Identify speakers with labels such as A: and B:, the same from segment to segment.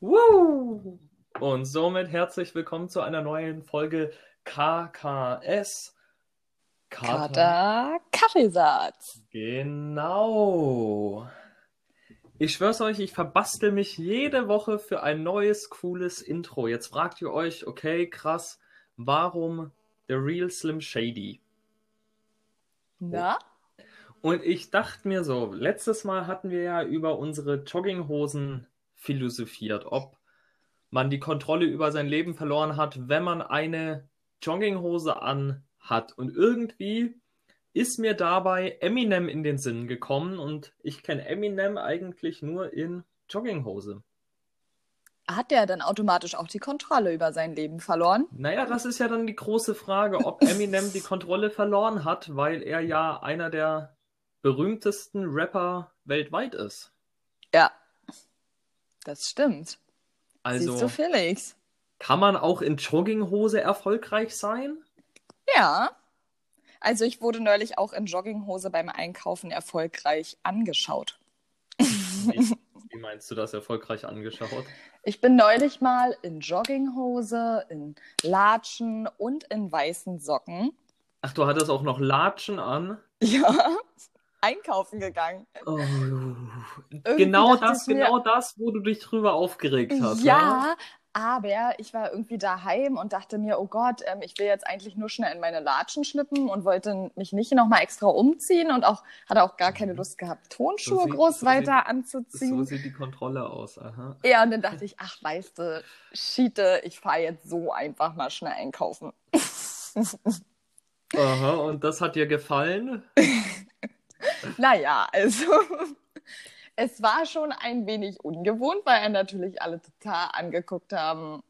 A: Woo! Und somit herzlich willkommen zu einer neuen Folge KKS.
B: Kater Kaffeesatz.
A: Genau. Ich schwör's euch, ich verbastel mich jede Woche für ein neues, cooles Intro. Jetzt fragt ihr euch, okay, krass, warum The Real Slim Shady?
B: Na?
A: Und ich dachte mir so, letztes Mal hatten wir ja über unsere Jogginghosen philosophiert, ob man die Kontrolle über sein Leben verloren hat, wenn man eine Jogginghose anhat. Und irgendwie ist mir dabei Eminem in den Sinn gekommen und ich kenne Eminem eigentlich nur in Jogginghose.
B: Hat der dann automatisch auch die Kontrolle über sein Leben verloren?
A: Naja, das ist ja dann die große Frage, ob Eminem die Kontrolle verloren hat, weil er ja einer der berühmtesten Rapper weltweit ist.
B: Ja. Das stimmt. Siehst du,
A: Also
B: Felix?
A: kann man auch in Jogginghose erfolgreich sein?
B: Ja. Also ich wurde neulich auch in Jogginghose beim Einkaufen erfolgreich angeschaut.
A: Wie, wie meinst du das erfolgreich angeschaut?
B: Ich bin neulich mal in Jogginghose, in Latschen und in weißen Socken.
A: Ach, du hattest auch noch Latschen an.
B: Ja. Einkaufen gegangen.
A: Oh, genau
B: dachte
A: das,
B: ich mir-
A: genau das, wo du dich drüber aufgeregt hast. ne?
B: Ja, aber ich war irgendwie daheim und dachte mir, oh Gott, ähm, ich will jetzt eigentlich nur schnell in meine Latschen schlippen und wollte mich nicht nochmal extra umziehen und auch hatte auch gar keine Lust gehabt, Tonschuhe
A: Mhm. So sieht-
B: groß
A: so
B: weiter
A: sieht- So
B: anzuziehen.
A: sieht die Kontrolle aus. Aha.
B: ja, und dann dachte ich, ach, weißt du, Schiete, ich fahre jetzt so einfach mal schnell einkaufen.
A: Aha, und das hat dir gefallen?
B: Naja, also es war schon ein wenig ungewohnt, weil er natürlich alle total angeguckt haben,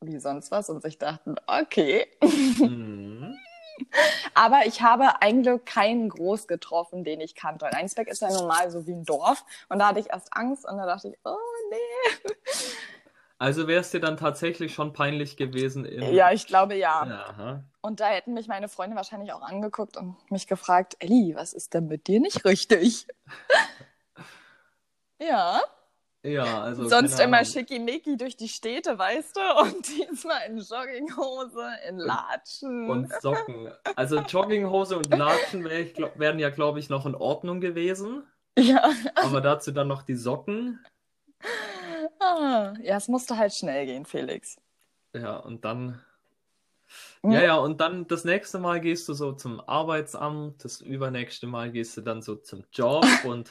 B: wie sonst was, und sich dachten, okay.
A: Mhm.
B: Aber ich habe ein Glück keinen groß getroffen, den ich kannte. Und Einsberg ist ja normal so wie ein Dorf. Und da hatte ich erst Angst und da dachte ich, oh nee.
A: Also wäre es dir dann tatsächlich schon peinlich gewesen in.
B: Ja, ich glaube ja.
A: Ja, Aha.
B: Und da hätten mich meine Freunde wahrscheinlich auch angeguckt und mich gefragt, Elli, was ist denn mit dir nicht richtig? ja,
A: Ja, also.
B: sonst
A: keine
B: immer
A: Ahnung.
B: schickimicki durch die Städte, weißt du? Und diesmal in Jogginghose, in Latschen.
A: Und Socken. Also Jogginghose und Latschen wär ich, glaub, wären ja, glaube ich, noch in Ordnung gewesen.
B: ja.
A: Aber dazu dann noch die Socken.
B: Ah, ja, es musste halt schnell gehen, Felix.
A: Ja, und dann.
B: Mhm.
A: Ja, ja, und dann das nächste Mal gehst du so zum Arbeitsamt, das übernächste Mal gehst du dann so zum Job und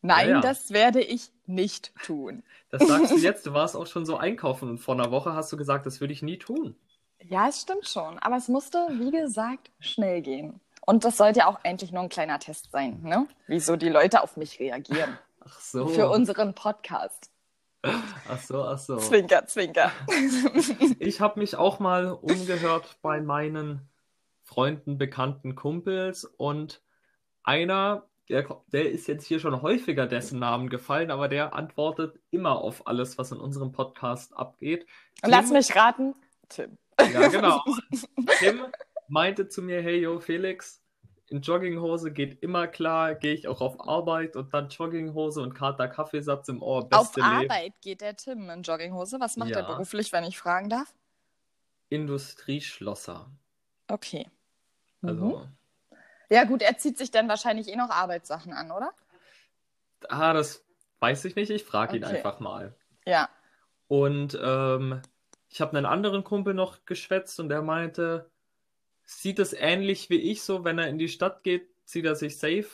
B: Nein,
A: Ja, ja.
B: das werde ich nicht tun.
A: das sagst du jetzt, du warst auch schon so einkaufen und vor einer Woche hast du gesagt, das würde ich nie tun.
B: Ja, es stimmt schon. Aber es musste, wie gesagt, schnell gehen. Und das sollte ja auch eigentlich nur ein kleiner Test sein, ne? Wieso die Leute auf mich reagieren.
A: Ach so.
B: Für unseren Podcast.
A: Ach so, ach so.
B: Zwinker, zwinker.
A: Ich habe mich auch mal umgehört bei meinen Freunden, Bekannten, Kumpels und einer, der, der ist jetzt hier schon häufiger dessen Namen gefallen, aber der antwortet immer auf alles, was in unserem Podcast abgeht.
B: Und lass
A: Tim-
B: mich raten, Tim.
A: Ja, genau. Tim meinte zu mir, hey, yo, Felix, in Jogginghose geht immer klar, gehe ich auch auf Arbeit und dann Jogginghose und Kater Kaffeesatz im Ohr,
B: Auf
A: beste Leben.
B: Arbeit geht der Tim in Jogginghose. Was macht
A: Ja.
B: er beruflich, wenn ich fragen darf?
A: Industrieschlosser.
B: Okay. Mhm.
A: Also,
B: Ja, gut, er zieht sich dann wahrscheinlich eh noch Arbeitssachen an, oder?
A: ah, das weiß ich nicht, ich frage ihn
B: Okay.
A: einfach mal.
B: Ja.
A: Und ähm, ich habe einen anderen Kumpel noch geschwätzt und der meinte, sieht es ähnlich wie ich so, wenn er in die Stadt geht, zieht er sich safe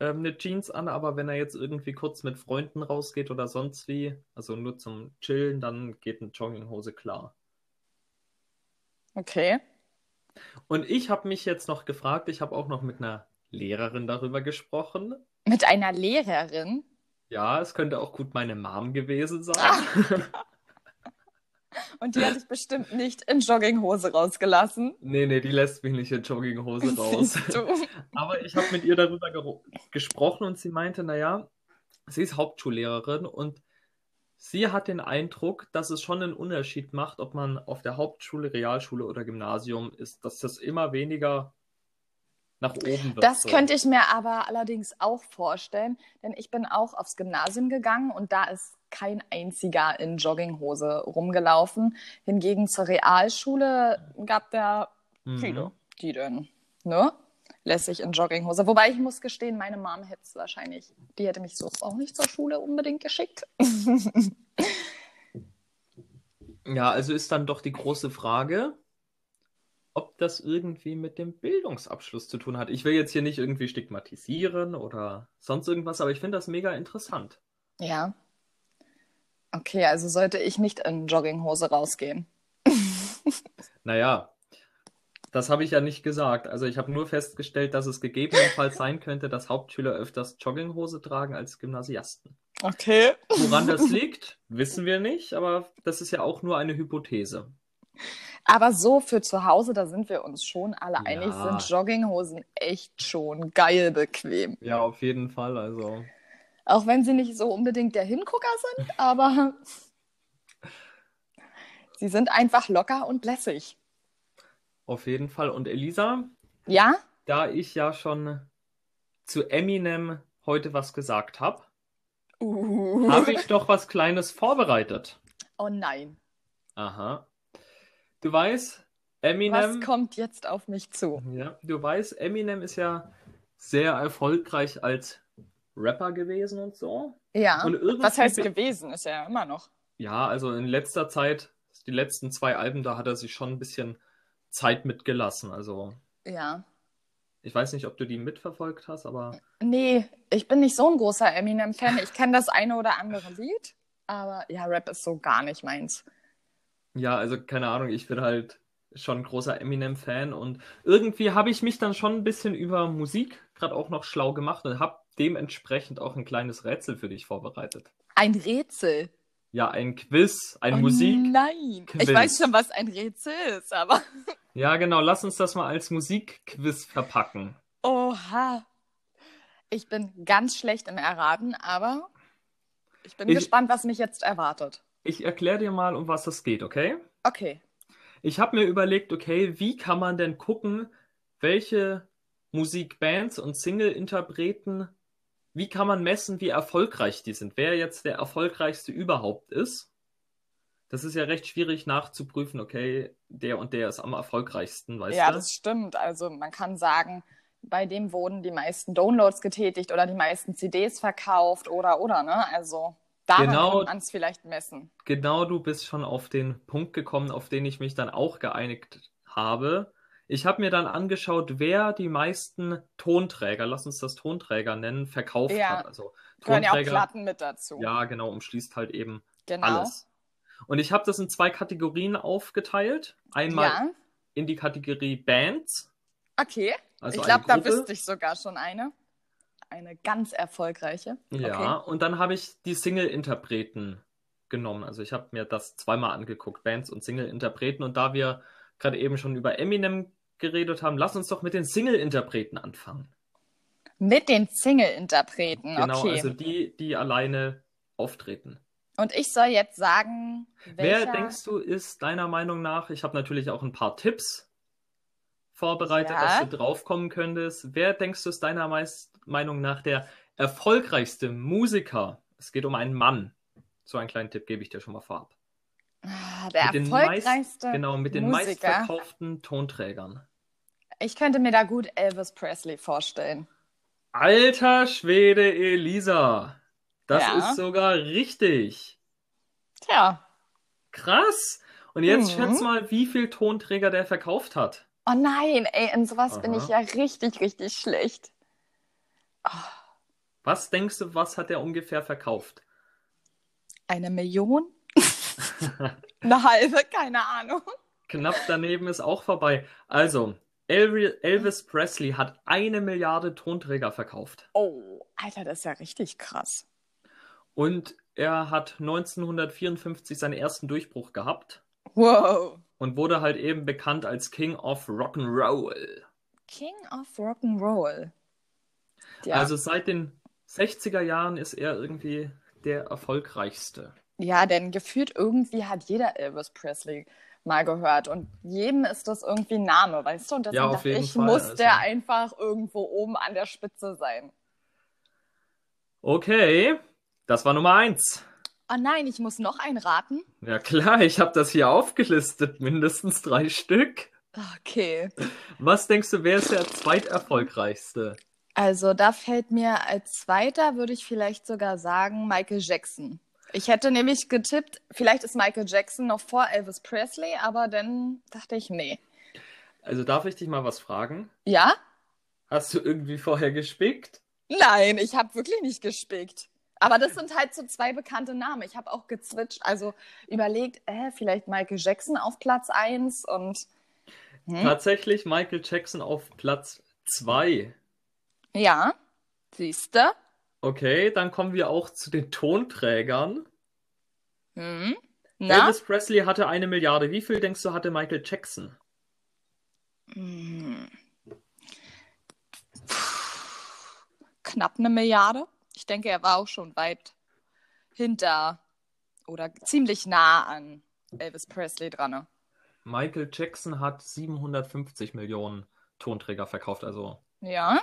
A: ähm, eine Jeans an, aber wenn er jetzt irgendwie kurz mit Freunden rausgeht oder sonst wie, also nur zum Chillen, dann geht eine Jogginghose klar.
B: Okay.
A: Und ich habe mich jetzt noch gefragt, ich habe auch noch mit einer Lehrerin darüber gesprochen.
B: Mit einer Lehrerin.
A: Ja, es könnte auch gut meine Mom gewesen sein.
B: Und die hat dich bestimmt nicht in Jogginghose rausgelassen.
A: Nee, nee, die lässt mich nicht in Jogginghose raus.
B: Siehst du?
A: Aber ich habe mit ihr darüber gero- gesprochen und sie meinte, naja, sie ist Hauptschullehrerin und sie hat den Eindruck, dass es schon einen Unterschied macht, ob man auf der Hauptschule, Realschule oder Gymnasium ist, dass das immer weniger nach oben wird.
B: Das
A: so.
B: könnte ich mir aber allerdings auch vorstellen, denn ich bin auch aufs Gymnasium gegangen und da ist kein einziger in Jogginghose rumgelaufen. Hingegen zur Realschule gab da
A: Mhm.
B: viele, die dann, ne? Lässig in Jogginghose. Wobei ich muss gestehen, meine Mom hätte es wahrscheinlich, die hätte mich so auch nicht zur Schule unbedingt geschickt.
A: Ja, also ist dann doch die große Frage, ob das irgendwie mit dem Bildungsabschluss zu tun hat. Ich will jetzt hier nicht irgendwie stigmatisieren oder sonst irgendwas, aber ich finde das mega interessant.
B: ja. Okay, also sollte ich nicht in Jogginghose rausgehen.
A: Naja, das habe ich ja nicht gesagt. Also ich habe nur festgestellt, dass es gegebenenfalls sein könnte, dass Hauptschüler öfters Jogginghose tragen als Gymnasiasten.
B: Okay.
A: Woran das liegt, wissen wir nicht, aber das ist ja auch nur eine Hypothese.
B: Aber so für zu Hause, da sind wir uns schon alle einig,
A: Ja.
B: sind Jogginghosen echt schon geil bequem.
A: Ja, auf jeden Fall. Also
B: Auch wenn sie nicht so unbedingt der Hingucker sind, aber sie sind einfach locker und lässig.
A: auf jeden Fall. Und Elisa,
B: Ja?
A: da ich ja schon zu Eminem heute was gesagt habe,
B: Uh.
A: habe ich doch was Kleines vorbereitet.
B: Oh nein,
A: Aha. Du weißt,
B: was
A: Eminem.
B: kommt jetzt auf mich zu?
A: Ja, du weißt, Eminem ist ja sehr erfolgreich als Rapper gewesen und so.
B: Ja.
A: Und irgendwie,
B: Was heißt gewesen? Ist ja immer noch.
A: ja, also in letzter Zeit, die letzten zwei Alben, da hat er sich schon ein bisschen Zeit mitgelassen. Also
B: Ja.
A: ich weiß nicht, ob du die mitverfolgt hast, aber
B: Nee, ich bin nicht so ein großer Eminem-Fan. Ich kenne das eine oder andere Lied, aber ja, Rap ist so gar nicht meins.
A: ja, also keine Ahnung, ich bin halt schon ein großer Eminem-Fan und irgendwie habe ich mich dann schon ein bisschen über Musik gerade auch noch schlau gemacht und habe dementsprechend auch ein kleines Rätsel für dich vorbereitet.
B: Ein Rätsel.
A: Ja, ein Quiz, ein
B: Oh
A: Musik.
B: Nein,
A: Quiz.
B: ich weiß schon, was ein Rätsel ist, aber.
A: Ja, genau. Lass uns das mal als Musikquiz verpacken.
B: Oha. Ich bin ganz schlecht im Erraten, aber ich bin
A: Ich-
B: gespannt, was mich jetzt erwartet.
A: Ich erkläre dir mal, um was es geht, okay?
B: Okay.
A: Ich habe mir überlegt, okay, wie kann man denn gucken, welche Musikbands und Single-Interpreten, wie kann man messen, wie erfolgreich die sind? Wer jetzt der erfolgreichste überhaupt ist? Das ist ja recht schwierig nachzuprüfen, okay, der und der ist am erfolgreichsten, weißt
B: ja,
A: du?
B: das stimmt. Also man kann sagen, bei dem wurden die meisten Downloads getätigt oder die meisten CDs verkauft oder oder, ne? Also daran
A: Genau.
B: kann man es vielleicht messen.
A: Genau, du bist schon auf den Punkt gekommen, auf den ich mich dann auch geeinigt habe. Ich habe mir dann angeschaut, wer die meisten Tonträger, lass uns das Tonträger nennen, verkauft
B: Ja.
A: hat. Also
B: Gehören ja auch
A: Tonträger,
B: Platten mit dazu.
A: ja, genau, umschließt halt eben
B: genau.
A: alles. Und ich habe das in zwei Kategorien aufgeteilt. Einmal
B: Ja,
A: in die Kategorie Bands,
B: okay.
A: also
B: ich
A: eine
B: glaube, da
A: Gruppe.
B: wüsste ich sogar schon eine. Eine ganz erfolgreiche.
A: Ja, und dann habe ich die Single-Interpreten genommen. Also ich habe mir das zweimal angeguckt, Bands und Single-Interpreten. Und da wir gerade eben schon über Eminem geredet haben, lass uns doch mit den Single-Interpreten anfangen.
B: Mit den Single-Interpreten,
A: Genau,
B: okay.
A: also die, die alleine auftreten.
B: Und ich soll jetzt sagen, welcher...
A: Wer denkst du ist deiner Meinung nach, ich habe natürlich auch ein paar Tipps vorbereitet,
B: Ja.
A: dass du draufkommen könntest. Wer denkst du ist deiner meist, Meinung nach der erfolgreichste Musiker? Es geht um einen Mann. So einen kleinen Tipp gebe ich dir schon mal vorab.
B: Ah, der
A: mit den
B: erfolgreichste
A: Genau, mit den
B: Musiker?
A: meistverkauften Tonträgern.
B: Ich könnte mir da gut Elvis Presley vorstellen.
A: Alter Schwede, Elisa. Das
B: Ja.
A: ist sogar richtig.
B: Tja.
A: Krass. Und jetzt
B: Mhm.
A: schätz mal, wie viel Tonträger der verkauft hat.
B: Oh nein, ey, in sowas bin
A: Aha.
B: ich ja richtig, richtig schlecht. Ah,
A: Was denkst du, was hat er ungefähr verkauft?
B: eine Million? Eine halbe? Keine Ahnung.
A: Knapp daneben ist auch vorbei. Also, Elvi- Elvis Presley hat eine Milliarde Tonträger verkauft.
B: Oh, Alter, das ist ja richtig krass.
A: Und er hat 1954 seinen ersten Durchbruch gehabt.
B: Wow.
A: und wurde halt eben bekannt als King of Rock'n'Roll.
B: King of Rock'n'Roll. Ja.
A: Also seit den 60er Jahren ist er irgendwie der erfolgreichste.
B: ja, denn gefühlt irgendwie hat jeder Elvis Presley mal gehört. Und jedem ist das irgendwie ein Name, weißt du? Und deswegen
A: Ja, auf
B: dachte
A: jeden
B: ich,
A: Fall,
B: muss
A: also.
B: der einfach irgendwo oben an der Spitze sein.
A: Okay, das war Nummer eins.
B: Oh nein, ich muss noch einen raten.
A: Ja klar, ich habe das hier aufgelistet, mindestens drei Stück.
B: Okay.
A: Was denkst du, wer ist der zweiterfolgreichste?
B: Also da fällt mir als zweiter, würde ich vielleicht sogar sagen, Michael Jackson. Ich hätte nämlich getippt, vielleicht ist Michael Jackson noch vor Elvis Presley, aber dann dachte ich, nee.
A: Also darf ich dich mal was fragen?
B: Ja?
A: Hast du irgendwie vorher gespickt?
B: Nein, ich habe wirklich nicht gespickt. Aber das sind halt so zwei bekannte Namen. Ich habe auch gezwitscht, also überlegt, äh, vielleicht Michael Jackson auf Platz 1 und hm,
A: Tatsächlich Michael Jackson auf Platz zwei.
B: ja, siehste.
A: Okay, dann kommen wir auch zu den Tonträgern.
B: Hm. Na?
A: Elvis Presley hatte eine Milliarde. Wie viel denkst du, hatte Michael Jackson?
B: Hm. Pff, Knapp eine Milliarde. Ich denke, er war auch schon weit hinter oder ziemlich nah an Elvis Presley dran. ne?
A: Michael Jackson hat 750 Millionen Tonträger verkauft, also
B: Ja,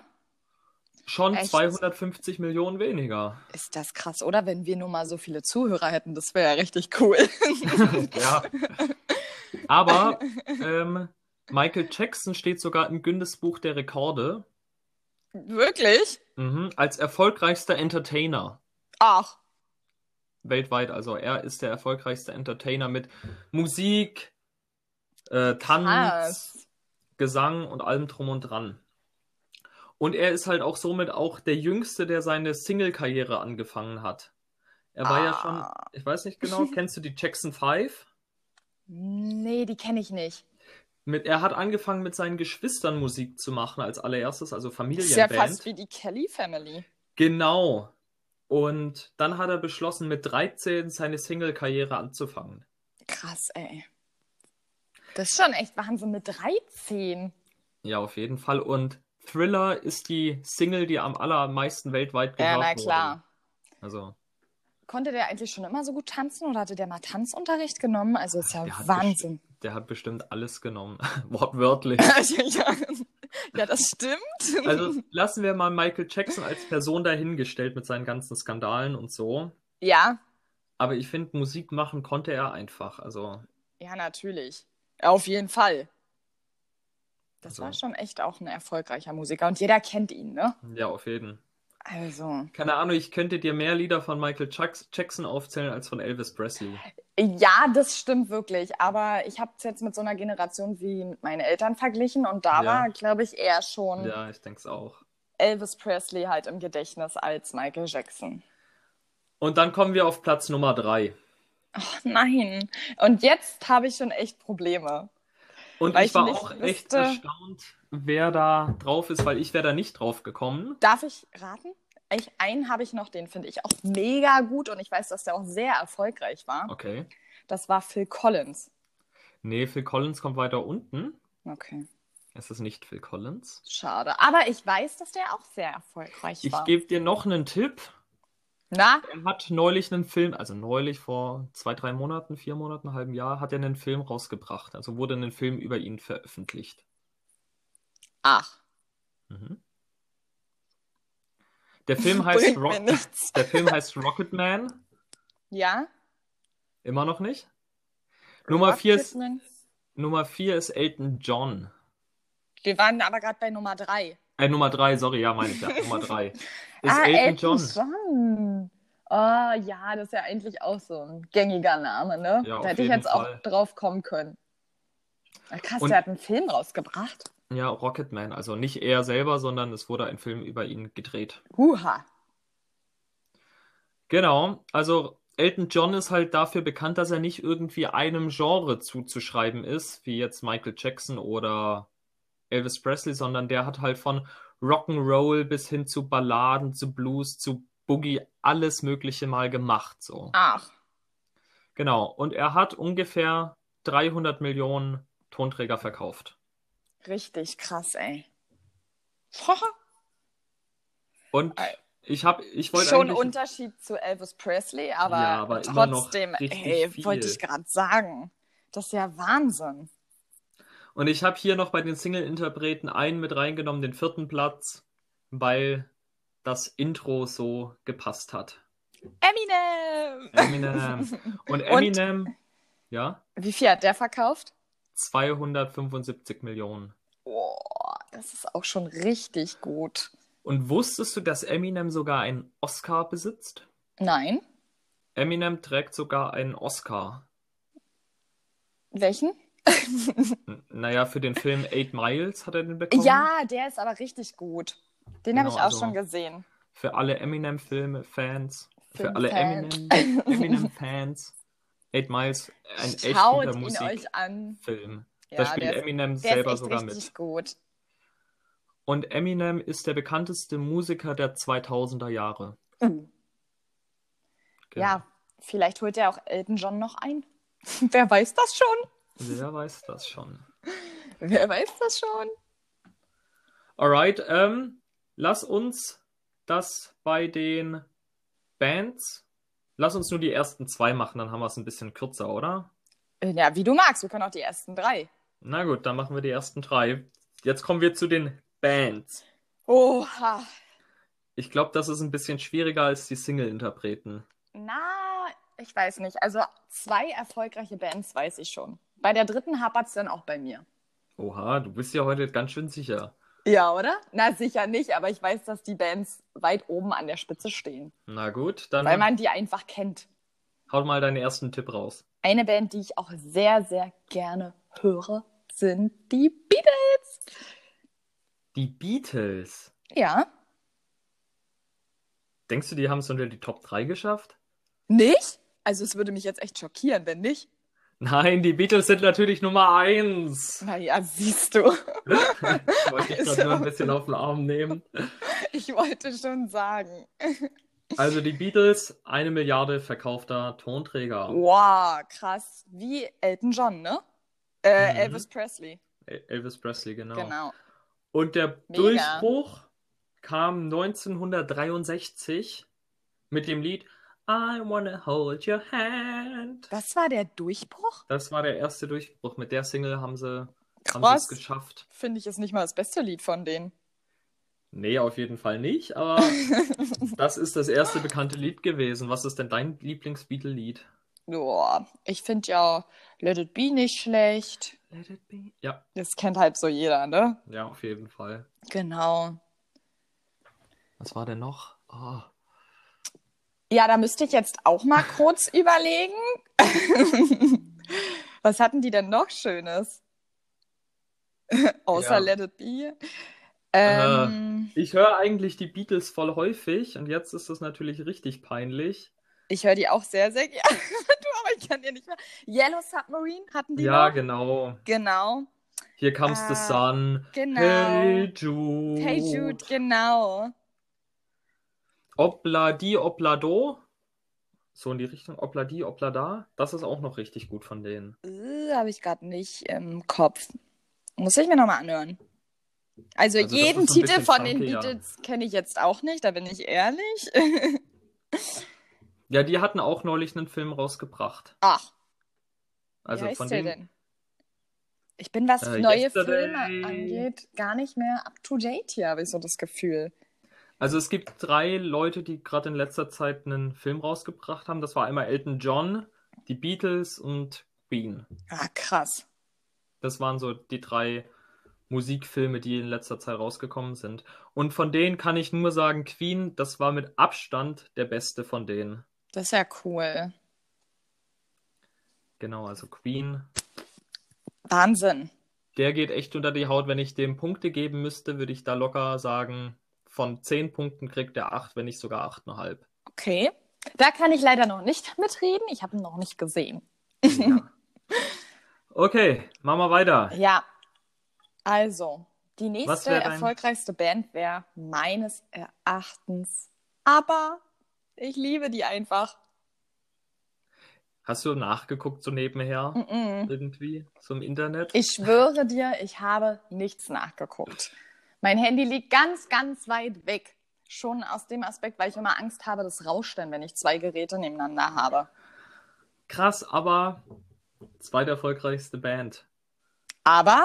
A: schon
B: Echt?
A: 250 Millionen weniger.
B: ist das krass, oder? Wenn wir nur mal so viele Zuhörer hätten, das wäre ja richtig cool.
A: Also, ja. Aber ähm, Michael Jackson steht sogar im Guinness Buch der Rekorde
B: Wirklich?
A: mhm, als erfolgreichster Entertainer
B: Ach,
A: weltweit. Also er ist der erfolgreichste Entertainer mit Musik, äh, Tanz,
B: krass.
A: Gesang und allem drum und dran. Und er ist halt auch somit auch der Jüngste, der seine Single-Karriere angefangen hat. Er war ja schon,
B: Ah.
A: ich weiß nicht genau, kennst du die Jackson Five?
B: Nee, die kenne ich nicht.
A: Mit, er hat angefangen, mit seinen Geschwistern Musik zu machen als allererstes, also
B: Das ist ja fast
A: Familienband.
B: wie die Kelly Family.
A: genau. Und dann hat er beschlossen, mit 13 seine Single-Karriere anzufangen.
B: Krass, ey. Das ist schon echt Wahnsinn mit 13.
A: Ja, auf jeden Fall. Und Thriller ist die Single, die am allermeisten weltweit gehört
B: Ja, na
A: wurde.
B: klar.
A: Also,
B: Konnte der eigentlich schon immer so gut tanzen oder hatte der mal Tanzunterricht genommen? Also ist ja
A: Der hat
B: Wahnsinn.
A: der hat bestimmt alles genommen. Wortwörtlich.
B: ja, ja, das stimmt.
A: Also lassen wir mal Michael Jackson als Person dahingestellt mit seinen ganzen Skandalen und so.
B: ja,
A: Aber ich finde, Musik machen konnte er einfach. Also,
B: ja, natürlich. Auf jeden Fall. Das
A: Also.
B: war schon echt auch ein erfolgreicher Musiker und jeder kennt ihn, ne?
A: ja, auf jeden Fall.
B: Also.
A: Keine Ahnung, ich könnte dir mehr Lieder von Michael Jacks- Jackson aufzählen als von Elvis Presley.
B: Ja, das stimmt wirklich. Aber ich habe es jetzt mit so einer Generation wie mit meinen Eltern verglichen und da
A: Ja.
B: war, glaube ich, eher schon
A: Ja, ich denke es auch.
B: Elvis Presley halt im Gedächtnis als Michael Jackson.
A: Und dann kommen wir auf Platz Nummer 3.
B: Nein. Und jetzt habe ich schon echt Probleme.
A: Und
B: Weil
A: ich
B: ich
A: war
B: nicht
A: auch echt
B: wüsste-
A: erstaunt, wer da drauf ist, weil ich wäre da nicht drauf gekommen.
B: Darf ich raten? Ich, einen habe ich noch, den finde ich auch mega gut und ich weiß, dass der auch sehr erfolgreich war.
A: Okay.
B: Das war Phil Collins.
A: Nee, Phil Collins kommt weiter unten.
B: Okay,
A: Es ist nicht Phil Collins.
B: schade. Aber ich weiß, dass der auch sehr erfolgreich
A: Ich
B: war.
A: gebe dir noch einen Tipp.
B: Na,
A: Er hat neulich einen Film, also neulich vor zwei, drei Monaten, vier Monaten, einem halben Jahr, hat er einen Film rausgebracht. Also wurde ein Film über ihn veröffentlicht.
B: ach,
A: Mhm. Der Film heißt
B: bringt mir
A: Rock
B: nichts.
A: Der Film heißt Rocketman.
B: Ja?
A: Immer noch nicht. Nummer 4 ist,
B: Rocketman.
A: Nummer vier ist Elton John.
B: Wir waren aber gerade bei Nummer drei.
A: Äh, Nummer 3, sorry, ja, meine ich ja. Nummer 3. Ist
B: ah,
A: Elton,
B: Elton
A: John.
B: John. Oh ja, das ist ja eigentlich auch so ein gängiger Name, ne?
A: Ja, auf
B: da hätte ich
A: jeden
B: jetzt
A: Fall.
B: auch drauf kommen können. Ah, Krass,
A: Und-
B: der hat einen Film rausgebracht.
A: Ja, Rocketman. Also nicht er selber, sondern es wurde ein Film über ihn gedreht.
B: Huha.
A: Genau. Also Elton John ist halt dafür bekannt, dass er nicht irgendwie einem Genre zuzuschreiben ist, wie jetzt Michael Jackson oder Elvis Presley, sondern der hat halt von Rock'n'Roll bis hin zu Balladen, zu Blues, zu Boogie alles Mögliche mal gemacht. So.
B: Ach,
A: Genau. Und er hat ungefähr 300 Millionen Tonträger verkauft.
B: richtig krass, ey.
A: Und
B: Ei.
A: ich habe, ich wollte
B: Schon
A: eigentlich,
B: Unterschied zu Elvis Presley, aber,
A: Ja, aber immer noch
B: trotzdem,
A: richtig
B: ey,
A: viel.
B: wollte ich gerade sagen. Das ist ja Wahnsinn.
A: Und ich habe hier noch bei den Single-Interpreten einen mit reingenommen, den vierten Platz, weil das Intro so gepasst hat.
B: Eminem!
A: Eminem. Und Eminem, ja,
B: Wie viel hat der verkauft?
A: 275 Millionen.
B: Oh, das ist auch schon richtig gut.
A: Und wusstest du, dass Eminem sogar einen Oscar besitzt?
B: Nein?
A: Eminem trägt sogar einen Oscar.
B: Welchen?
A: N- Naja, für den Film Eight Miles hat er den bekommen.
B: Ja, der ist aber richtig gut. Den habe
A: Genau,
B: ich auch
A: also-
B: schon gesehen.
A: Für alle Eminem-Filme-Fans. Für
B: Film-
A: alle
B: Fan.
A: Eminem- Eminem-Fans. Eight Miles, ein echt guter
B: Schaut ihn euch an.
A: Musikfilm.
B: Ja,
A: da spielt
B: der ist,
A: Eminem
B: der ist
A: selber
B: echt
A: sogar
B: richtig
A: mit.
B: gut.
A: Und Eminem ist der bekannteste Musiker der 2000er Jahre. Genau.
B: Mhm. Ja, vielleicht holt er auch Elton John noch ein. Wer weiß das schon?
A: Wer weiß das schon?
B: Wer weiß das schon?
A: Alright, ähm, lass uns das bei den Bands. Lass uns nur die ersten zwei machen, dann haben wir es ein bisschen kürzer, oder?
B: Äh, Ja, wie du magst. Wir können auch die ersten drei.
A: Na gut, dann machen wir die ersten drei. Jetzt kommen wir zu den Bands.
B: Oha.
A: Ich glaube, das ist ein bisschen schwieriger als die Single-Interpreten.
B: Na, ich weiß nicht. Also zwei erfolgreiche Bands weiß ich schon. Bei der dritten hapert es dann auch bei mir.
A: Oha, du bist ja heute ganz schön sicher.
B: Ja, oder? Na, sicher nicht, aber ich weiß, dass die Bands weit oben an der Spitze stehen,
A: Na gut, dann
B: weil man die einfach kennt.
A: haut mal deinen ersten Tipp raus.
B: Eine Band, die ich auch sehr, sehr gerne höre, sind die Beatles.
A: Die Beatles.
B: Ja.
A: Denkst du, die haben es unter die Top 3 geschafft?
B: Nicht? Also es würde mich jetzt echt schockieren, wenn nicht.
A: Nein, die Beatles sind natürlich Nummer 1.
B: Naja, siehst du.
A: Ich wollte dich
B: Also.
A: gerade nur ein bisschen auf den Arm nehmen.
B: Ich wollte schon sagen.
A: Also die Beatles, eine Milliarde verkaufter Tonträger.
B: Wow, krass. Wie Elton John, ne? Äh,
A: Mhm.
B: Elvis Presley.
A: El- Elvis Presley, genau.
B: Genau.
A: Und der
B: Mega.
A: Durchbruch kam 1963 mit dem Lied I Wanna Hold Your Hand.
B: Das war der Durchbruch?
A: Das war der erste Durchbruch. Mit der Single haben sie haben sie es
B: Krass.
A: geschafft.
B: Finde ich ist nicht mal das beste Lied von denen.
A: Nee, auf jeden Fall nicht, aber das ist das erste bekannte Lied gewesen. Was ist denn dein Lieblings-Beatle-Lied?
B: Boah, ich finde ja Let It Be nicht schlecht.
A: Let it be. Ja,
B: Das kennt halt so jeder, ne?
A: ja, auf jeden Fall.
B: Genau.
A: Was war denn noch? Ah,
B: Ja, da müsste ich jetzt auch mal kurz überlegen. Was hatten die denn noch Schönes? Außer
A: Ja. Äh,
B: Let It Be. Ähm,
A: Ich höre eigentlich die Beatles voll häufig und jetzt ist das natürlich richtig peinlich.
B: Ich höre die auch sehr, sehr gerne. du, aber ich kann dir nicht mehr. Yellow Submarine hatten die
A: ja,
B: noch?
A: genau.
B: Genau,
A: Hier comes the
B: Ah,
A: sun.
B: genau.
A: Hey Jude.
B: Hey Jude, genau.
A: Obla di, obla do. So in die Richtung. Obla di, obla da. Das ist auch noch richtig gut von denen.
B: Äh, Habe ich gerade nicht im Kopf. Muss ich mir nochmal anhören. Also,
A: Also das
B: jeden
A: ist so ein
B: Titel
A: bisschen
B: von den
A: funky, ja.
B: Beatles kenne ich jetzt auch nicht, da bin ich ehrlich.
A: Ja, die hatten auch neulich einen Film rausgebracht.
B: Ach,
A: Also
B: wie heißt
A: von
B: der
A: denen.
B: denn? Ich bin, was
A: Äh,
B: neue
A: Yesterday.
B: Filme angeht, gar nicht mehr up to date hier, habe ich so das Gefühl.
A: Also es gibt drei Leute, die gerade in letzter Zeit einen Film rausgebracht haben. Das war einmal Elton John, die Beatles und Queen.
B: Ah, krass.
A: Das waren so die drei Musikfilme, die in letzter Zeit rausgekommen sind. Und von denen kann ich nur sagen, Queen, das war mit Abstand der beste von denen.
B: Das ist ja cool.
A: Genau, also Queen.
B: Wahnsinn.
A: Der geht echt unter die Haut. Wenn ich dem Punkte geben müsste, würde ich da locker sagen, von 10 Punkten kriegt er 8, wenn nicht sogar 8,5.
B: Okay. Da kann ich leider noch nicht mitreden. Ich habe ihn noch nicht gesehen.
A: Ja. Okay, machen wir weiter.
B: Ja, also die nächste
A: wär dein-
B: erfolgreichste Band wäre meines Erachtens aber Ich liebe die einfach.
A: Hast du nachgeguckt so nebenher?
B: Mm-mm.
A: Irgendwie? So im Internet?
B: Ich schwöre dir, ich habe nichts nachgeguckt. Mein Handy liegt ganz, ganz weit weg. Schon aus dem Aspekt, weil ich immer Angst habe, das rauscht dann, wenn ich zwei Geräte nebeneinander habe.
A: Krass, aber Zweiterfolgreichste Band.
B: Aber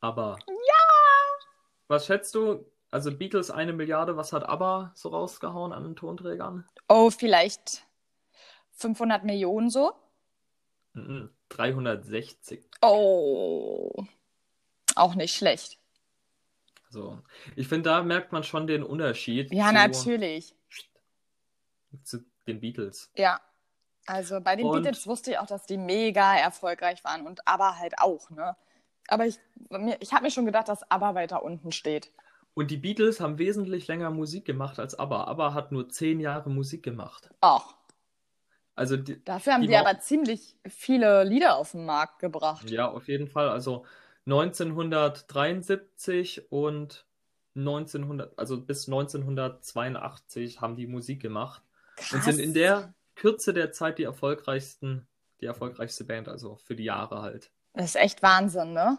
A: Aber. Ja! Was schätzt du? Also Beatles eine Milliarde, was hat Aber so rausgehauen an den Tonträgern?
B: Oh, vielleicht 500 Millionen so.
A: Mhm. 360.
B: Oh, auch nicht schlecht.
A: Also, ich finde, da merkt man schon den Unterschied
B: Ja,
A: zu,
B: natürlich.
A: zu den Beatles.
B: Ja. Also bei den
A: Und-
B: Beatles wusste ich auch, dass die mega erfolgreich waren und aber halt auch, ne? Aber ich, mir- ich habe mir schon gedacht, dass aber weiter unten steht.
A: Und die Beatles haben wesentlich länger Musik gemacht als ABBA. ABBA hat nur zehn Jahre Musik gemacht.
B: Auch.
A: Also, die,
B: Dafür haben
A: Die
B: die,
A: Mau-
B: aber ziemlich viele Lieder auf den Markt gebracht.
A: ja, auf jeden Fall. Also 1973 und 1900, also bis 1982 haben die Musik gemacht und sind in der Kürze der Zeit die erfolgreichsten, die erfolgreichste Band, also für die Jahre halt.
B: Das ist echt Wahnsinn, ne?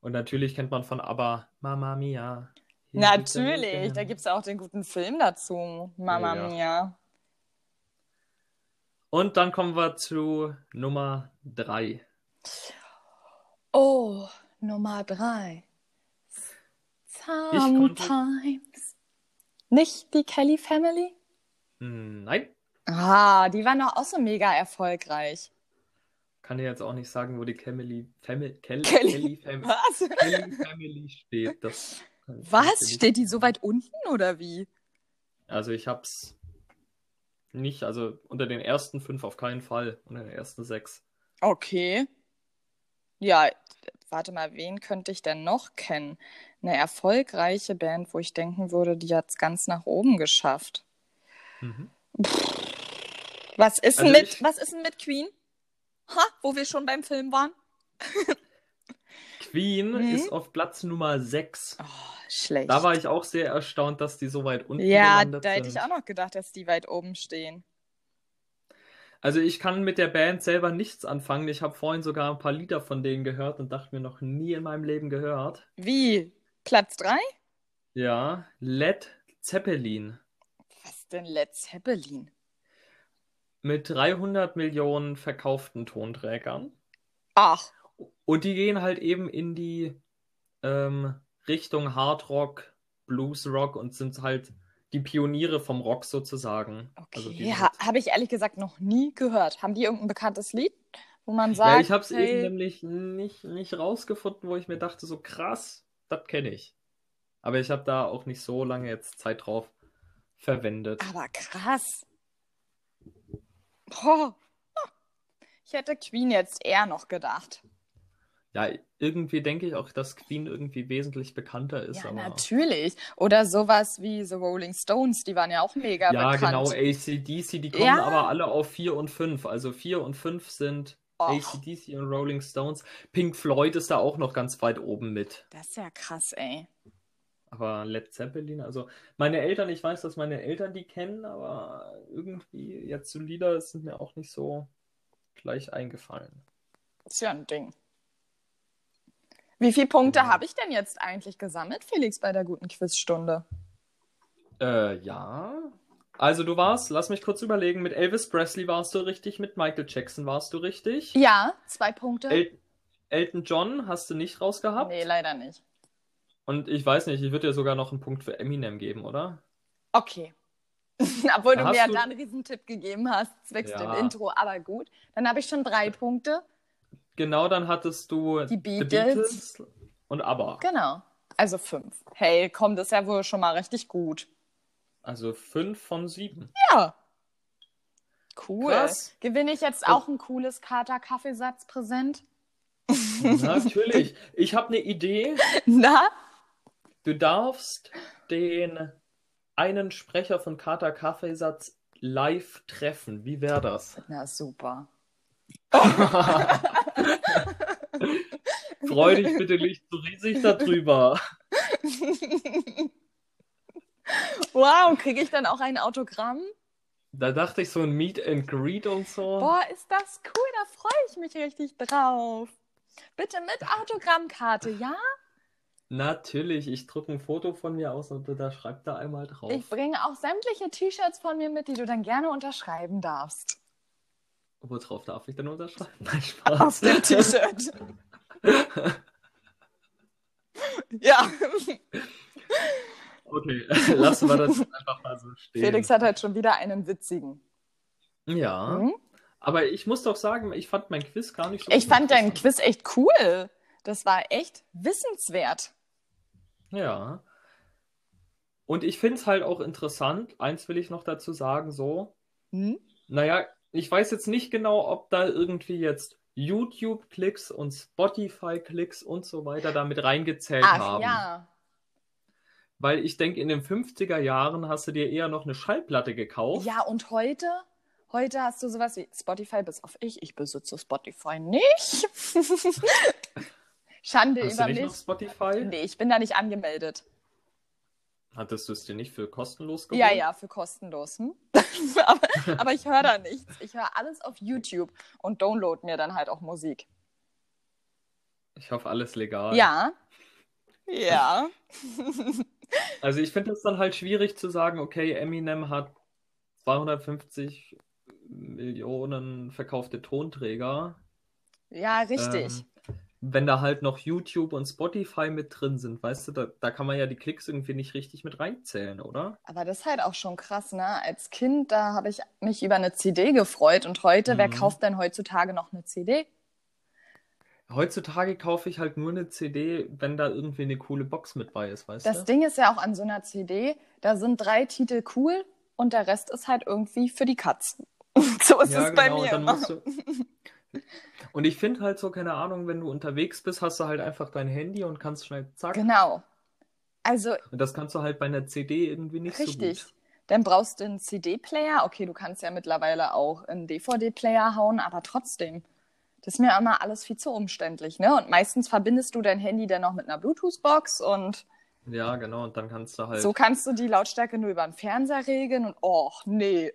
A: Und natürlich kennt man von ABBA Mamma Mia. Here we go
B: Natürlich, da
A: again.
B: gibt es auch den guten Film dazu, Mama
A: Ja.
B: Mia.
A: Und dann kommen wir zu Nummer 3.
B: Oh, Nummer drei.
A: konnte-
B: Sometimes. Nicht die Kelly Family?
A: Nein,
B: Ah, die waren doch auch so mega erfolgreich.
A: kann dir jetzt auch nicht sagen, wo die Camely, Family, Kelly,
B: Kelly.
A: Kelly, Fam
B: Was?
A: Kelly Family steht. Das kann ich dir
B: Was?
A: nicht-
B: Steht die so weit unten oder wie?
A: Also ich hab's nicht, also unter den ersten fünf auf keinen Fall, unter den ersten sechs.
B: Okay. Ja, warte mal, wen könnte ich denn noch kennen? Eine erfolgreiche Band, wo ich denken würde, die hat es ganz nach oben geschafft. Was ist denn
A: Also
B: mit,
A: ich-
B: was ist denn mit Queen? Ha, wo wir schon beim Film waren?
A: Queen
B: Mhm.
A: ist auf Platz Nummer 6.
B: Oh, schlecht.
A: Da war ich auch sehr erstaunt, dass die so weit unten
B: ja,
A: gelandet
B: da hätte
A: sind.
B: ich auch noch gedacht, dass die weit oben stehen.
A: Also ich kann mit der Band selber nichts anfangen. Ich habe vorhin sogar ein paar Lieder von denen gehört und dachte mir noch nie in meinem Leben gehört.
B: Wie? Platz drei?
A: Ja, Led Zeppelin
B: Was denn Led Zeppelin?
A: mit 300 Millionen verkauften Tonträgern.
B: Ach,
A: Und die gehen halt eben in die ähm, Richtung Hard Rock, Blues Rock und sind halt die Pioniere vom Rock sozusagen.
B: okay.
A: Also die
B: ha
A: sind-
B: Habe ich ehrlich gesagt noch nie gehört. Haben die irgendein bekanntes Lied, wo man sagt,
A: ja, ich habe es eben
B: hey,
A: nämlich nicht, nicht rausgefunden, wo ich mir dachte, so krass, das kenne ich. Aber ich habe da auch nicht so lange jetzt Zeit drauf verwendet.
B: Aber krass. Boah. Ich hätte Queen jetzt eher noch gedacht.
A: Ja, irgendwie denke ich auch, dass Queen irgendwie wesentlich bekannter ist.
B: ja,
A: aber...
B: natürlich. Oder sowas wie The Rolling Stones, die waren ja auch mega
A: Ja, genau,
B: bekannt.
A: ACDC, die kommen
B: Ja.
A: aber alle auf 4 und 5. Also 4 und 5 sind
B: Och.
A: AC/DC und Rolling Stones. Pink Floyd ist da auch noch ganz weit oben mit.
B: Das ist ja krass, ey.
A: Aber Led Zeppelin, also meine Eltern, ich weiß, dass meine Eltern die kennen, aber irgendwie jetzt so Lieder sind mir auch nicht so gleich eingefallen.
B: Ist ja ein Ding. Wie viele Punkte
A: Ja.
B: habe ich denn jetzt eigentlich gesammelt, Felix, bei der guten Quizstunde?
A: Äh, ja. Also du warst, lass mich kurz überlegen, mit Elvis Presley warst du richtig, mit Michael Jackson warst du richtig.
B: Ja, zwei Punkte.
A: El Elton John hast du nicht rausgehabt.
B: nee, leider nicht.
A: Und ich weiß nicht, ich würde dir sogar noch einen Punkt für Eminem geben, oder?
B: Okay. Obwohl du
A: Hast
B: mir ja
A: du-
B: da einen Riesentipp gegeben hast, zwecks
A: Ja.
B: dem Intro, aber gut. Dann habe ich schon drei Punkte.
A: Genau, dann hattest du
B: Die
A: The
B: Beatles.
A: Beatles und ABBA.
B: Genau. Also fünf. Hey, komm, das ist ja wohl schon mal richtig gut.
A: Also fünf von sieben.
B: Ja. Cool.
A: Krass. Oh.
B: Gewinne ich jetzt auch ein cooles Kater-Kaffeesatzpräsent?
A: Natürlich. Ich habe eine Idee.
B: Na?
A: Du darfst den einen Sprecher von Kater Kaffeesatz live treffen. Wie wäre das?
B: Na super.
A: Freu dich bitte nicht so riesig darüber.
B: Wow, kriege ich dann auch ein Autogramm?
A: Da dachte ich so ein Meet and Greet und so.
B: Boah, ist das cool, da freue ich mich richtig drauf. Bitte mit Autogrammkarte, ja?
A: Natürlich, ich drucke ein Foto von mir aus und da schreibt da einmal drauf.
B: Ich bringe auch sämtliche T-Shirts von mir mit, die du dann gerne unterschreiben darfst.
A: Worauf darf ich denn unterschreiben? Nein,
B: Auf
A: Spaß.
B: dem T-Shirt. ja,
A: Okay, lassen wir das einfach mal so stehen.
B: Felix hat halt schon wieder einen witzigen.
A: Ja,
B: Hm?
A: aber ich muss doch sagen, ich fand mein Quiz gar nicht so
B: Ich fand deinen
A: uninteressant.
B: Quiz echt cool. Das war echt wissenswert.
A: Ja. Und ich finde es halt auch interessant, eins will ich noch dazu sagen, so,
B: Hm?
A: naja, ich weiß jetzt nicht genau, ob da irgendwie jetzt YouTube-Klicks und Spotify-Klicks und so weiter damit reingezählt
B: Ach
A: haben.
B: ja.
A: Weil ich denke, in den 50er Jahren hast du dir eher noch eine Schallplatte gekauft.
B: Ja, und heute? Heute hast du sowas wie Spotify, bis auf ich. Ich besitze Spotify nicht. Schande
A: Hast du
B: über
A: nicht noch
B: mich.
A: Spotify?
B: Nee, ich bin da nicht angemeldet.
A: Hattest du es dir nicht für kostenlos
B: Ja,
A: geholt?
B: ja, für kostenlos. Hm? aber, aber ich höre da nichts. Ich höre alles auf YouTube und download mir dann halt auch Musik.
A: Ich hoffe, alles legal.
B: Ja. Ja.
A: Also ich finde es dann halt schwierig zu sagen, okay, Eminem hat 250 Millionen verkaufte Tonträger.
B: Ja, richtig.
A: Ähm, wenn da halt noch YouTube und Spotify mit drin sind, weißt du, da, da kann man ja die Klicks irgendwie nicht richtig mit reinzählen, oder?
B: Aber das ist halt auch schon krass, ne? Als Kind, da habe ich mich über eine CD gefreut und heute, wer
A: Mhm.
B: kauft denn heutzutage noch eine CD?
A: Heutzutage kaufe ich halt nur eine CD, wenn da irgendwie eine coole Box mit bei ist, weißt du?
B: Das Ding ist ja auch an so einer CD, da sind drei Titel cool und der Rest ist halt irgendwie für die Katzen. so ist
A: ja,
B: es
A: genau,
B: bei
A: und
B: mir.
A: dann
B: immer.
A: musst du. Und ich finde halt so, keine Ahnung, wenn du unterwegs bist, hast du halt einfach dein Handy und kannst schnell zack.
B: Genau. Also
A: Und das kannst du halt bei einer CD irgendwie nicht
B: richtig.
A: so gut.
B: Dann brauchst du einen CD-Player. Okay, du kannst ja mittlerweile auch einen DVD-Player hauen, aber trotzdem. Das ist mir immer alles viel zu umständlich, ne? Und meistens verbindest du dein Handy dann noch mit einer Bluetooth-Box und
A: Ja, genau. Und dann kannst du halt.
B: so kannst du die Lautstärke nur über den Fernseher regeln und och, nee.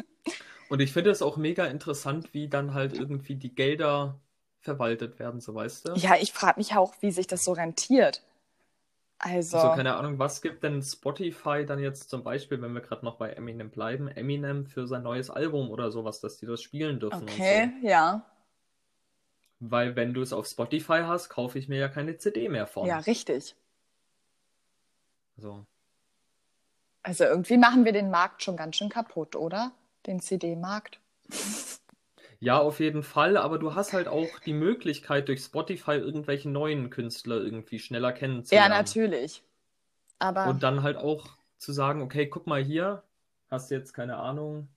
A: Und ich finde es auch mega interessant, wie dann halt irgendwie die Gelder verwaltet werden, so weißt du.
B: Ja, ich frage mich auch, wie sich das so rentiert. Also,
A: Also keine Ahnung, was gibt denn Spotify dann jetzt zum Beispiel, wenn wir gerade noch bei Eminem bleiben, Eminem für sein neues Album oder sowas, dass die das spielen dürfen
B: okay,
A: und
B: ja.
A: so. Weil wenn du es auf Spotify hast, kaufe ich mir ja keine CD mehr von.
B: Ja, richtig.
A: So.
B: Also irgendwie machen wir den Markt schon ganz schön kaputt, oder? Den CD-Markt.
A: Ja, auf jeden Fall, aber du hast halt auch die Möglichkeit, durch Spotify irgendwelche neuen Künstler irgendwie schneller
B: Ja,
A: kennenzulernen.
B: natürlich. Aber
A: genau. Und dann halt auch zu sagen, okay, guck mal hier, hast jetzt keine Ahnung,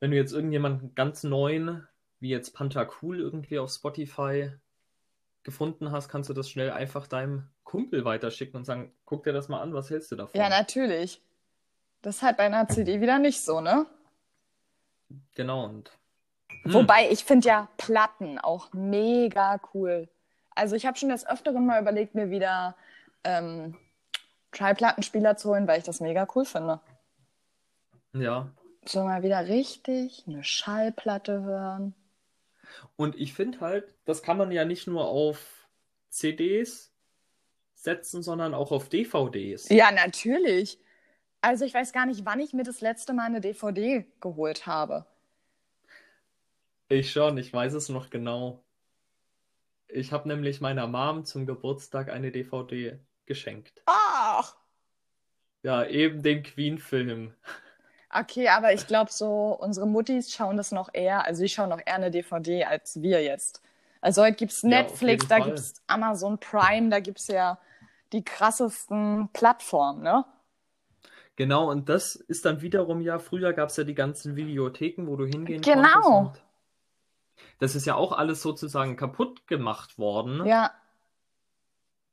A: wenn du jetzt irgendjemanden ganz neuen, wie jetzt Panther Cool irgendwie auf Spotify gefunden hast, kannst du das schnell einfach deinem Kumpel weiterschicken und sagen, guck dir das mal an, was hältst du davon?
B: ja, natürlich. Das ist halt bei einer CD wieder nicht so, ne?
A: Genau und Hm.
B: Wobei ich finde ja Platten auch mega cool. Also ich habe schon des Öfteren mal überlegt, mir wieder ähm, Tri-Plattenspieler zu holen, weil ich das mega cool finde.
A: Hm, ja.
B: So mal wieder richtig eine Schallplatte hören.
A: Und ich finde halt, das kann man ja nicht nur auf CDs setzen, sondern auch auf DVDs.
B: Ja, natürlich. Also ich weiß gar nicht, wann ich mir das letzte Mal eine DVD geholt habe.
A: Ich schon, ich weiß es noch genau. Ich habe nämlich meiner Mom zum Geburtstag eine DVD geschenkt.
B: Ach.
A: Ja, eben den Queen-Film.
B: Okay, aber ich glaube so, unsere Muttis schauen das noch eher, also die schauen noch eher eine DVD als wir jetzt. Also heute gibt's
A: Ja, auf
B: Netflix,
A: jeden
B: da
A: Fall.
B: gibt's Amazon Prime, da gibt's ja die krassesten Plattformen, ne?
A: Genau, und das ist dann wiederum ja, früher gab es ja die ganzen Videotheken, wo du hingehen
B: Genau.
A: konntest. und- Das ist ja auch alles sozusagen kaputt gemacht worden
B: Ja,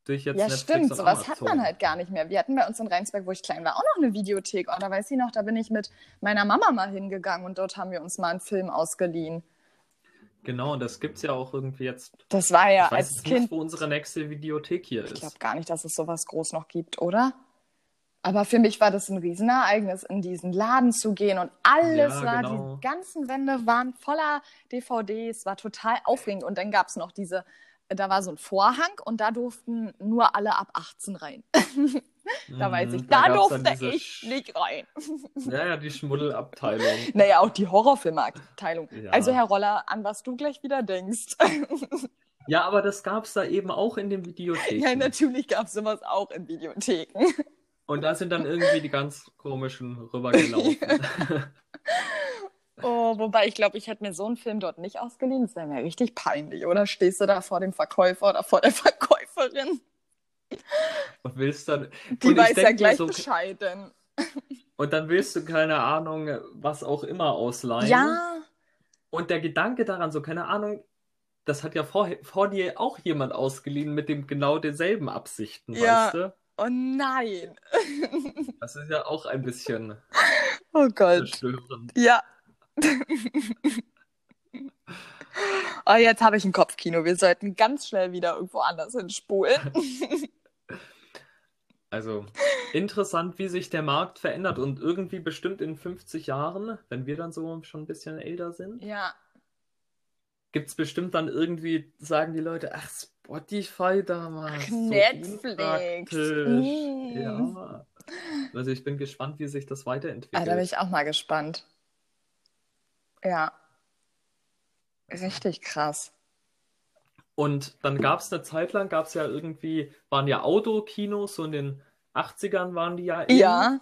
A: durch jetzt
B: ja
A: Netflix
B: stimmt,
A: und
B: sowas hat man
A: Amazon.
B: halt gar nicht mehr. Wir hatten bei uns in Rheinsberg, wo ich klein war, auch noch eine Videothek. Und da weiß ich noch, da bin ich mit meiner Mama mal hingegangen und dort haben wir uns mal einen Film ausgeliehen.
A: Genau, und das gibt's ja auch irgendwie jetzt.
B: Das war ja
A: Ich weiß
B: als
A: jetzt
B: Kind
A: nicht, wo unsere nächste Videothek hier
B: Ich glaube
A: ist.
B: gar nicht, dass es sowas groß noch gibt, oder? Aber für mich war das ein Riesenereignis, in diesen Laden zu gehen und alles
A: Ja,
B: war,
A: genau.
B: die ganzen Wände waren voller DVDs, war total aufregend. Und dann gab es noch diese, da war so ein Vorhang und da durften nur alle ab 18 rein. Da weiß ich,
A: Mhm,
B: da,
A: gab's dann
B: durfte
A: diese
B: ich
A: Sch-
B: nicht rein.
A: Ja, ne? ja, die Schmuddelabteilung.
B: Naja, auch die Horrorfilmabteilung.
A: Ja.
B: Also, Herr Roller, an was du gleich wieder denkst.
A: Ja, aber das gab es da eben auch in den Videotheken.
B: ja, natürlich gab es sowas auch in Videotheken.
A: Und da sind dann irgendwie die ganz komischen rübergelaufen.
B: Oh, wobei ich glaube, ich hätte mir so einen Film dort nicht ausgeliehen. Das wäre mir richtig peinlich, oder? Stehst du da vor dem Verkäufer oder vor der Verkäuferin?
A: Und willst dann.
B: Die
A: und ich
B: weiß ja
A: denk mir
B: gleich
A: so,
B: Bescheid. Denn...
A: Und dann willst du, keine Ahnung, was auch immer ausleihen.
B: Ja,
A: Und der Gedanke daran, so, keine Ahnung, das hat ja vor, vor dir auch jemand ausgeliehen mit dem genau denselben Absichten,
B: Ja.
A: weißt du?
B: oh nein.
A: Das ist ja auch ein bisschen
B: Oh Gott.
A: verstörend.
B: Ja. oh, jetzt habe ich ein Kopfkino. Wir sollten ganz schnell wieder irgendwo anders hinspulen.
A: Also interessant, wie sich der Markt verändert und irgendwie bestimmt in 50 Jahren, wenn wir dann so schon ein bisschen älter sind,
B: Ja.
A: gibt's bestimmt dann irgendwie, sagen die Leute, ach, Spotify damals.
B: Ach,
A: so
B: Netflix.
A: unpraktisch.
B: Mm.
A: Ja. Also ich bin gespannt, wie sich das
B: Ah, da bin
A: weiterentwickelt.
B: ich auch mal gespannt. Ja. Richtig krass.
A: Und dann gab's eine Zeit lang, gab's ja irgendwie, waren ja Autokinos, so in den 80ern waren die ja in.
B: Ja.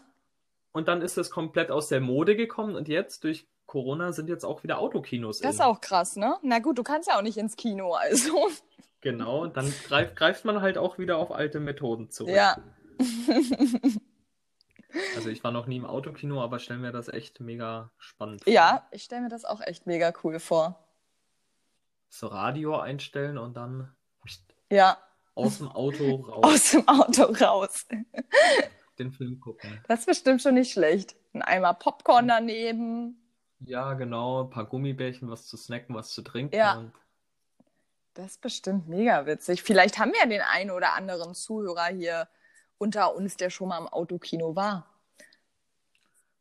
A: Und dann ist das komplett aus der Mode gekommen und jetzt durch Corona sind jetzt auch wieder Autokinos
B: Das
A: in.
B: ist auch krass, ne? Na gut, du kannst ja auch nicht ins Kino, also.
A: Genau, dann greif, greift man halt auch wieder auf alte Methoden zurück.
B: Ja.
A: Also ich war noch nie im Autokino, aber stell mir das echt mega spannend vor.
B: Ja, ich stelle mir das auch echt mega cool vor.
A: So Radio einstellen und dann
B: Ja,
A: aus dem Auto raus
B: aus dem Auto raus.
A: den Film gucken.
B: Das ist bestimmt schon nicht schlecht. Ein Eimer Popcorn daneben.
A: Ja, genau, ein paar Gummibärchen, was zu snacken, was zu trinken.
B: Ja.
A: Und
B: Das ist bestimmt mega witzig. Vielleicht haben wir ja den einen oder anderen Zuhörer hier unter uns, der schon mal im Autokino war.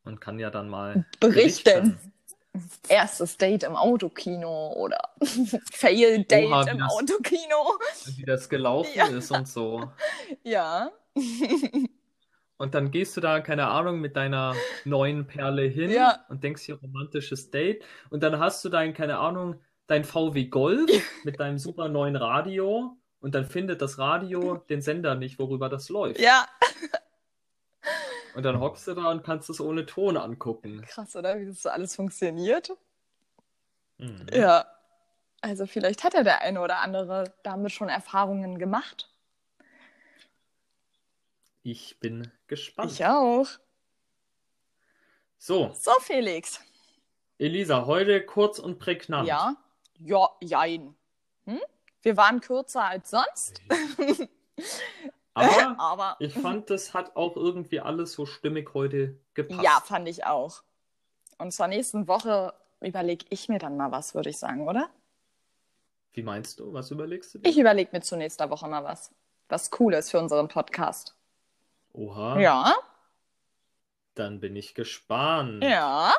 A: man kann ja dann mal
B: Berichten. Erstes Date im Autokino oder Fail Date
A: Oha, wie
B: im
A: das-
B: Autokino.
A: berichten, wie das gelaufen
B: Ja.
A: ist und so.
B: Ja.
A: Und dann gehst du da, keine Ahnung, mit deiner neuen Perle hin
B: Ja.
A: und denkst dir romantisches Date. Und dann hast du dein, keine Ahnung, dein VW Golf mit deinem super neuen Radio. Und dann findet das Radio den Sender nicht, worüber das läuft.
B: Ja.
A: Und dann hockst du da und kannst es ohne Ton angucken.
B: Krass, oder? Wie das so alles funktioniert.
A: Mhm.
B: Ja. Also vielleicht hat ja der eine oder andere damit schon Erfahrungen gemacht.
A: Ich bin gespannt.
B: Ich auch.
A: So,
B: So, Felix.
A: Elisa, heute kurz und prägnant.
B: Ja. Ja, jein. Hm? Wir waren kürzer als sonst,
A: Aber
B: aber
A: ich fand, das hat auch irgendwie alles so stimmig heute gepasst.
B: ja, fand ich auch. Und zur nächsten Woche überlege ich mir dann mal was, würde ich sagen, oder?
A: Wie meinst du? Was überlegst du dir?
B: Ich überlege mir zu nächster Woche mal was. Was Cooles für unseren Podcast.
A: Oha.
B: Ja,
A: Dann bin ich gespannt.
B: ja.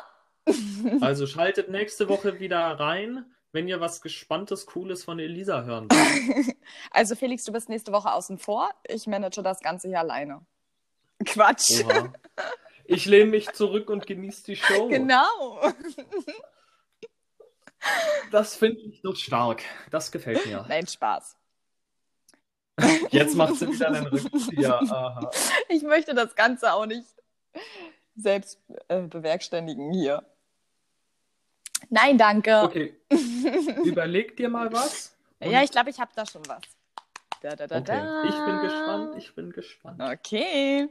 A: Also schaltet nächste Woche wieder rein, wenn ihr was Gespanntes, Cooles von Elisa hören wollt.
B: Also Felix, du bist nächste Woche außen vor. Ich manage das Ganze hier alleine. Quatsch.
A: Oha. Ich lehne mich zurück und genieße die Show.
B: Genau.
A: Das finde ich so stark. Das gefällt mir.
B: Nein, Spaß.
A: Jetzt macht sie wieder einen Rückzieher. Aha.
B: Ich möchte das Ganze auch nicht selbst äh, bewerkstelligen hier. Nein, danke.
A: Okay, überleg dir mal was. Und-
B: ja, ich glaube, ich habe da schon was. Da, da, da, da.
A: okay. ich bin gespannt, ich bin gespannt.
B: Okay.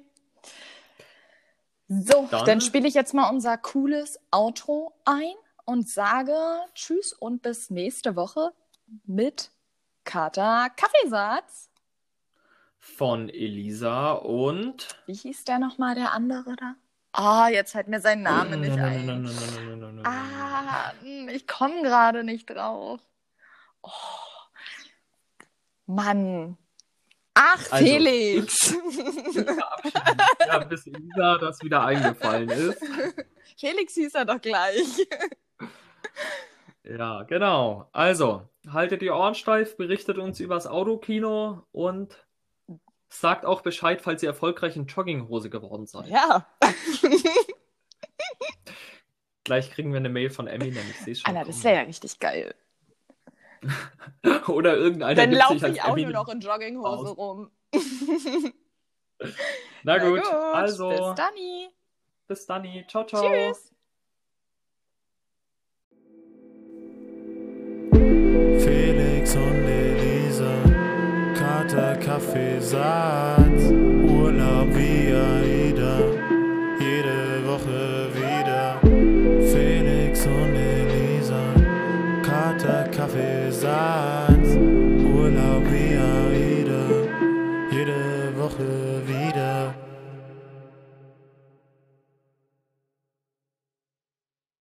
B: So, dann,
A: Dann-
B: spiele ich jetzt mal unser cooles Outro ein und sage Tschüss und bis nächste Woche mit Kater Kaffeesatz.
A: Von Elisa und...
B: Wie hieß der nochmal, der andere da? Ah, jetzt fällt mir sein Name nicht ein. Ah, mh, ich komme gerade nicht drauf. Oh, Mann. Ach,
A: Also,
B: Felix.
A: Ja, bis Elisa das wieder eingefallen ist.
B: Felix hieß er doch gleich.
A: Ja, genau. Also, haltet die Ohren steif, berichtet uns übers Autokino und Sagt auch Bescheid, falls ihr erfolgreich in Jogginghose geworden seid.
B: Ja.
A: Gleich kriegen wir eine Mail von Eminem. Ich sehe schon.
B: Anna, Ah, das wäre ja richtig geil.
A: kommen. Oder irgendeiner
B: Dann
A: gibt
B: laufe
A: sich als
B: ich auch nur
A: Eminem.
B: noch in Jogginghose
A: aus.
B: rum.
A: Na gut,
B: Bis
A: also
B: dann.
A: bis dann. Ciao, ciao.
B: Tschüss.
C: Felix und Elisa, Kater, Kaffee, Satz, Urlaub wie Aida, jede Woche wieder. Felix und Elisa, Kater, Kaffee, Satz, Urlaub wie Aida, jede